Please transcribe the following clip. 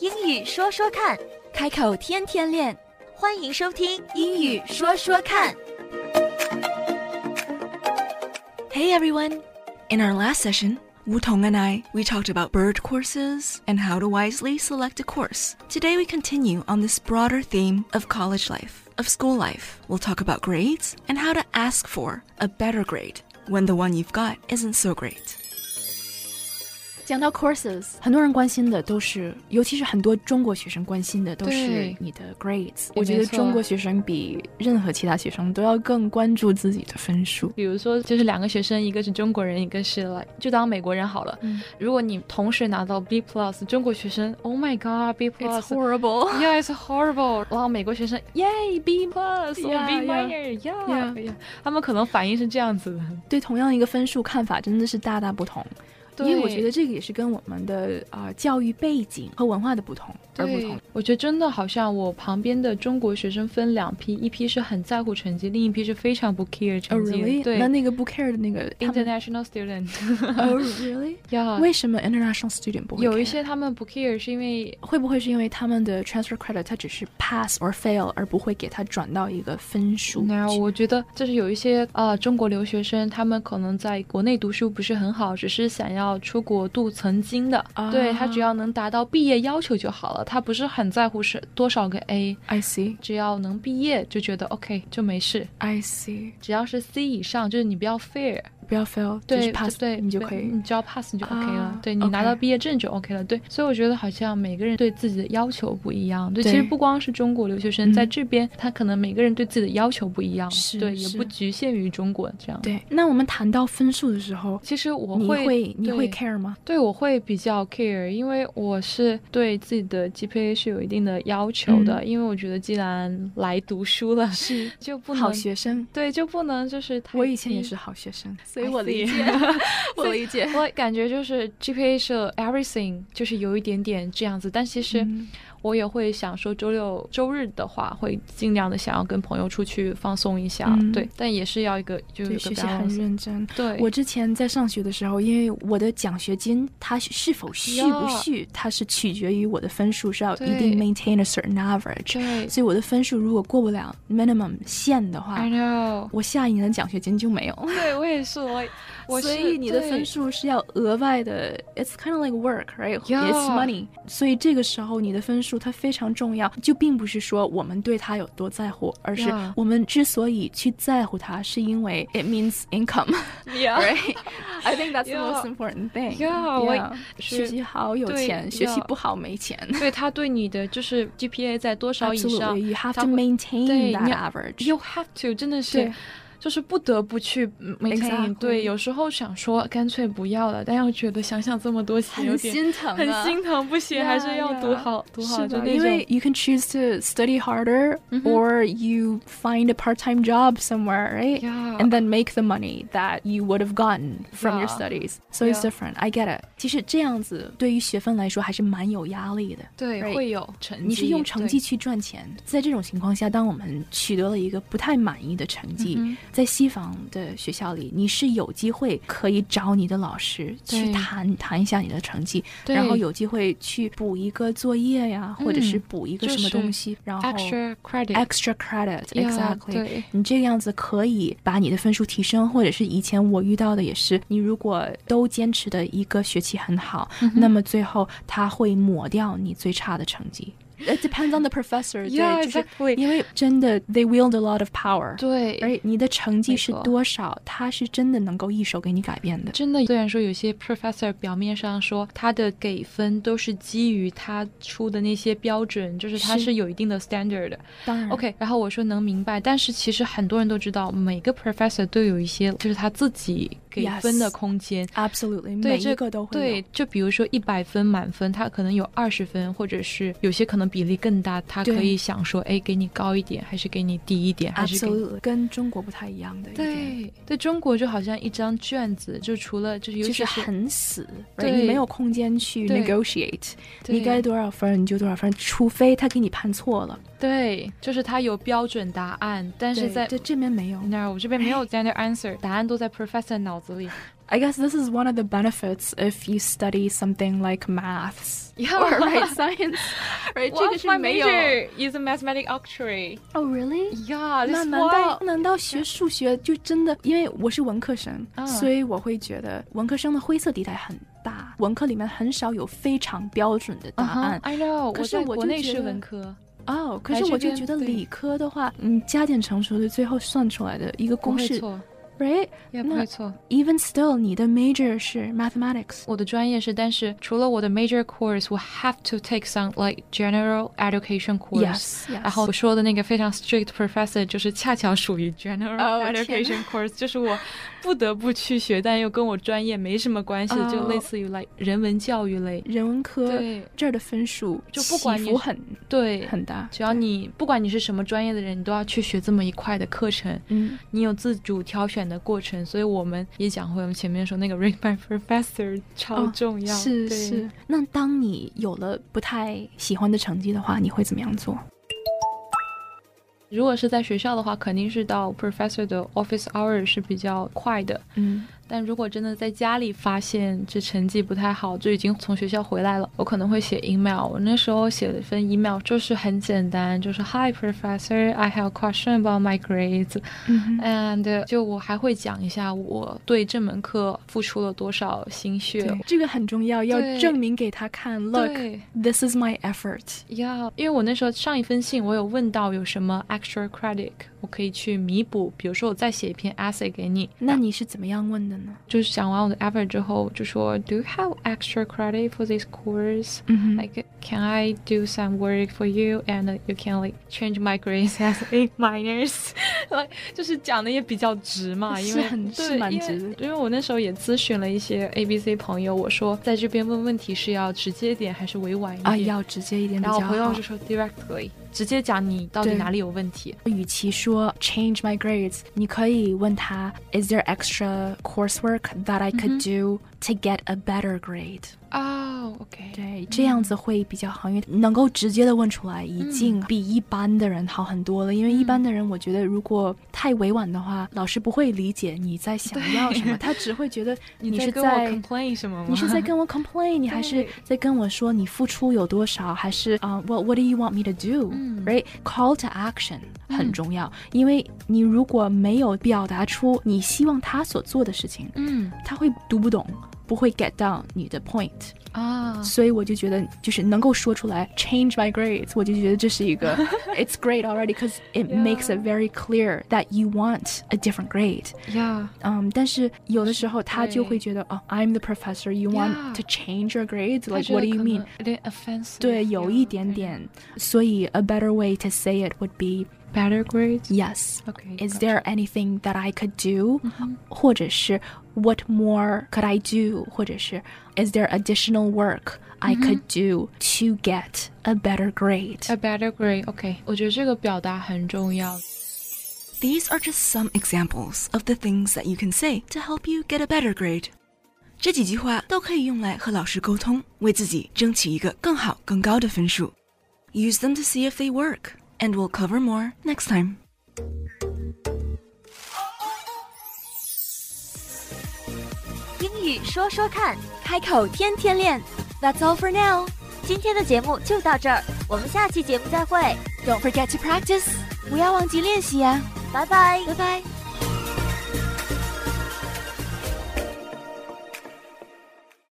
英语说说看，开口天天练。欢迎收听《英语说说看》。 Hey everyone! In our last session, Wu Tong and I, we talked about bird courses and how to wisely select a course. Today we continue on this broader theme of college life, of school life. We'll talk about grades and how to ask for a better grade when the one you've got isn't so great. 讲到 courses，很多人关心的都是，尤其是很多中国学生关心的都是对你的 grades。对我觉得没错中国学生比任何其他学生都要更关注自己的分数。比如说，就是两个学生，一个是中国人，一个是来，就当美国人好了。嗯如果你同时拿到 B plus，中国学生，Oh my God，B plus。 horrible。 Yeah, it's horrible. 然后美国学生，Yay, B plus or Yeah, B yeah. minor, yeah, Yeah. yeah. 他们可能反应是这样子的。对同样一个分数看法真的是大大不同。因为我觉得这个也是跟我们的呃教育背景和文化的不同而不同对。，我觉得真的好像我旁边的中国学生分两批，一批是很在乎成绩，另一批是非常不 care 哦、成 r 绩 e a 的。l l y 对那那个不 care 的那个他们，international student， 哦 really？ yeah, 为什么 international student 不会有一 care？些他们不 care 是因为会不会是因为他们的 transfer credit 它只是 pass or fail，而不会给它转到一个分数那去？我觉得就是有一些呃中国留学生，他们可能在国内读书不是很好，只是想要出国镀层金的。啊对他只要能达到毕业要求就好了，他不是很在乎是多少个 A， I see, 只要能毕业就觉得 OK 就没事。 I see，只要是 C 以上，就是你不要 fail，不要 fail，就对是 pass，对，你就对嗯可以你只要 pass 你就 OK 了，啊对你 OK 拿到毕业证就 OK 了，对。所以我觉得好像每个人对自己的要求不一样，对，对其实不光是中国留学生，嗯在这边他可能每个人对自己的要求不一样，是对，也是不局限于中国这样。，对。那我们谈到分数的时候，其实我你会会你会对 care 吗？对，我会比较 care，因为我是对自己的 GPA 是有一定的要求的，嗯因为我觉得既然来读书了， 是就不能好学生，对，就不能就是太我以前也低是好学生，所以我理解我理解。 我感觉就是 GPA 是 everything，就是有一点点这样子，但其实嗯我也会想说，周六周日的话，会尽量的想要跟朋友出去放松一下，嗯对，但也是要一个就对是一个学习很 balance 认真。对，我之前在上学的时候，因为我的奖学金它是是否续不呀续，它是取决于我的分数是要一对定 maintain a certain average。 对啊所以我的分数如果过不了 minimum 线的话，I，know，我下一年的奖学金就没有了。对我也是，我 我所是以你的对分数是要额外的，it's kind of like work, right? Yeah It's money. 所以这个时候你的分数它非常重要，就并不是说我们对它有多在乎，而是 Yeah 我们之所以去在乎它，是因为 it means income, yeah right? I think that's the Yeah most important thing. Yeah，我 Yeah 学是习好有对钱，学习 Yeah 不好没钱。对他对你的就是 GPA 在多少以上 Absolutely, you have 他 to 会 maintain 对 that 你要 average. ，You have to 真的是对。就是不得不去 maintain，、 Exactly 对，有时候想说干脆不要了，但又觉得想想这么多钱有很点心疼、啊，很心疼，不行，呀还是要读呀好读好，是就的，那因为种。Mm-hmm。 you can choose to study harder 嗯哼 or you find a part-time job somewhere, right? Yeah. And then make the money that you would have gotten from your Yeah. studies. So it's Yeah. different. I get it. 其实这样子对于学分来说还是蛮有压力的。对 Right 会有成绩，你是用成绩对去赚钱，在这种情况下，当我们取得了一个不太满意的成绩，嗯哼在西方的学校里，你是有机会可以找你的老师去对谈谈一下你的成绩，对然后有机会去补一个作业呀，嗯或者是补一个什么东西，然后 extra credit extra credit Yeah， exactly。对你这个样子可以把你的分数提升，或者是以前我遇到的也是，你如果都坚持的一个学期很好，嗯那么最后他会抹掉你最差的成绩。It depends on the professor， Yeah, 对，就是 exactly 因为真的 they wield a lot of power，而对。你的成绩是没错多少，他是真的能够一手给你改变的。真的，虽然说有些 professor 表面上说他的给分都是基于他出的那些标准，就是他是嗯是有一定的 standard 的。当然 OK，然后我说能明白，但是其实很多人都知道，每个 professor 都有一些就是他自己给 Yes 分的空间。 Absolutely，对每这一个都会有对，就比如说一百分满分，他可能有二十分，或者是有些可能比例更大，他对可以想说，哎，给你高一点，还是给你低一点，还是给你。 Absolutely，跟中国不太一样的一点，对，对中国就好像一张卷子，就除了就是就尤其是是很死，对 right？你没有空间去对 negotiate，对你该多少分你就多少分，除非他给你判错了。对，就是它有标准答案，但但是在这这边没有。 那儿我这边没有 standard answer，答案都在 professor 脑子里。 I guess this is one of the benefits if you study something like maths Yeah. or right science, right? 这 Well, 个是 my 没有。 major is a mathematics actuary. Oh, really? 那 Yeah, that's 难道 why. 难道学数学就真的？因为我是文科生啊所以我会觉得文科生的灰色地带很大，文科里面很少有非常标准的 答案。Uh-huh, I know，可是在我国就内觉是得文科，哦，可来是这我就边觉得对理科的话，嗯，加减乘除的最后算出来的一个不公会式错， ，right？也不那会错。 Even still，你的 major 是 mathematics。我的专业是，但是除了我的 major course，我 have to take some like general education course。 Yes, yes. 然后我说的那个非常 strict professor 就是恰巧属于 general 哦天 education course，就是我不得不去学，但又跟我专业没什么关系哦就类似于 like 人文教育类。人文科对这儿的分数就不管起你伏是很对，很大，只要对你不管你是什么专业的人，你都要去学这么一块的课程。嗯你有自主挑选的过程，所以我们也讲回我们前面说那个 read by professor 超哦重要，是对是。那当你有了不太喜欢的成绩的话，你会怎么样做？如果是在学校的话，肯定是到 professor 的 office hour 是比较快的。嗯，但如果真的在家里发现这成绩不太好，就已经从学校回来了，我可能会写 email。我那时候写了一份 email，就是很简单，就是 Hi professor, I have a question about my grades, 嗯哎哼 and 就我还会讲一下我对这门课付出了多少心血对。，这个很重要，要对证明给他看，Look。对 This is my effort。呀因为我那时候上一封信，我有问到有什么 extra credit 我可以去弥补，比如说我再写一篇 essay 给你，那你是怎么样问的呢？就是讲完我的 effort 之后，就说 Do you have extra credit for this course？嗯哼 Like, can I do some work for you and you can like change my grades as A minors? like, 就是讲的也比较 直嘛，是因为很对是蛮因为直的因为我那时候也咨询了一些 A B C 朋友，我说在这边问问题是要直接一点还是委婉一点？啊，要直接一点比嗯然后较我朋友好就。说 directly，直接讲你到底对哪里有问题。与其说 change my grades，你可以问他 Is there extra coursework that I 嗯 could do to get a better grade？、哦、o k 对，这样子会比较好，因为能够直接的问出来，已经嗯比一般的人好很多了。因为一般的人，我觉得如果太委婉的话，老师不会理解你在想要什么，他只会 觉得你在是跟我 complain 什么吗？你是在跟我 complain，你还是在跟我说你付出有多少，还是啊、w h a t what do you want me to do？Right，call、Right? Call to action 很重要，因为你如果没有表达出你希望他所做的事情，嗯他会读不懂，不会 get 到你的 point。啊所以我就觉得，就是能够说出来 change my grades，我就觉得这是一个 it's great already because it makes it very clear that you want a different grade。呀嗯，但是有的时候他就对会觉得，哦，I'm the professor, you want Yeah. to change your grades, 他 like 觉得 what do you 可 mean？能有点 offensive，对，有一点 yeah，点。所以 a better way to say it would be better grades。 yes. OK， Is there anything that I could do？、或 Mm-hmm。者是 What more could I do？或者是 Is there additional work I could Mm-hmm。 do to get a better grade？、 A better grade. OK，我觉得这个表达很重要。 These are just some examples of the things that you can say to help you get a better grade. 这几句话都可以用来和老师沟通，为自己争取一个更好、更高的分数。Use them to see if they work, and we'll cover more next time. That's all for now. 今天的节目就到这儿，我们下期节目再会。Don't forget to practice. 不要忘记练习呀。拜拜，拜拜。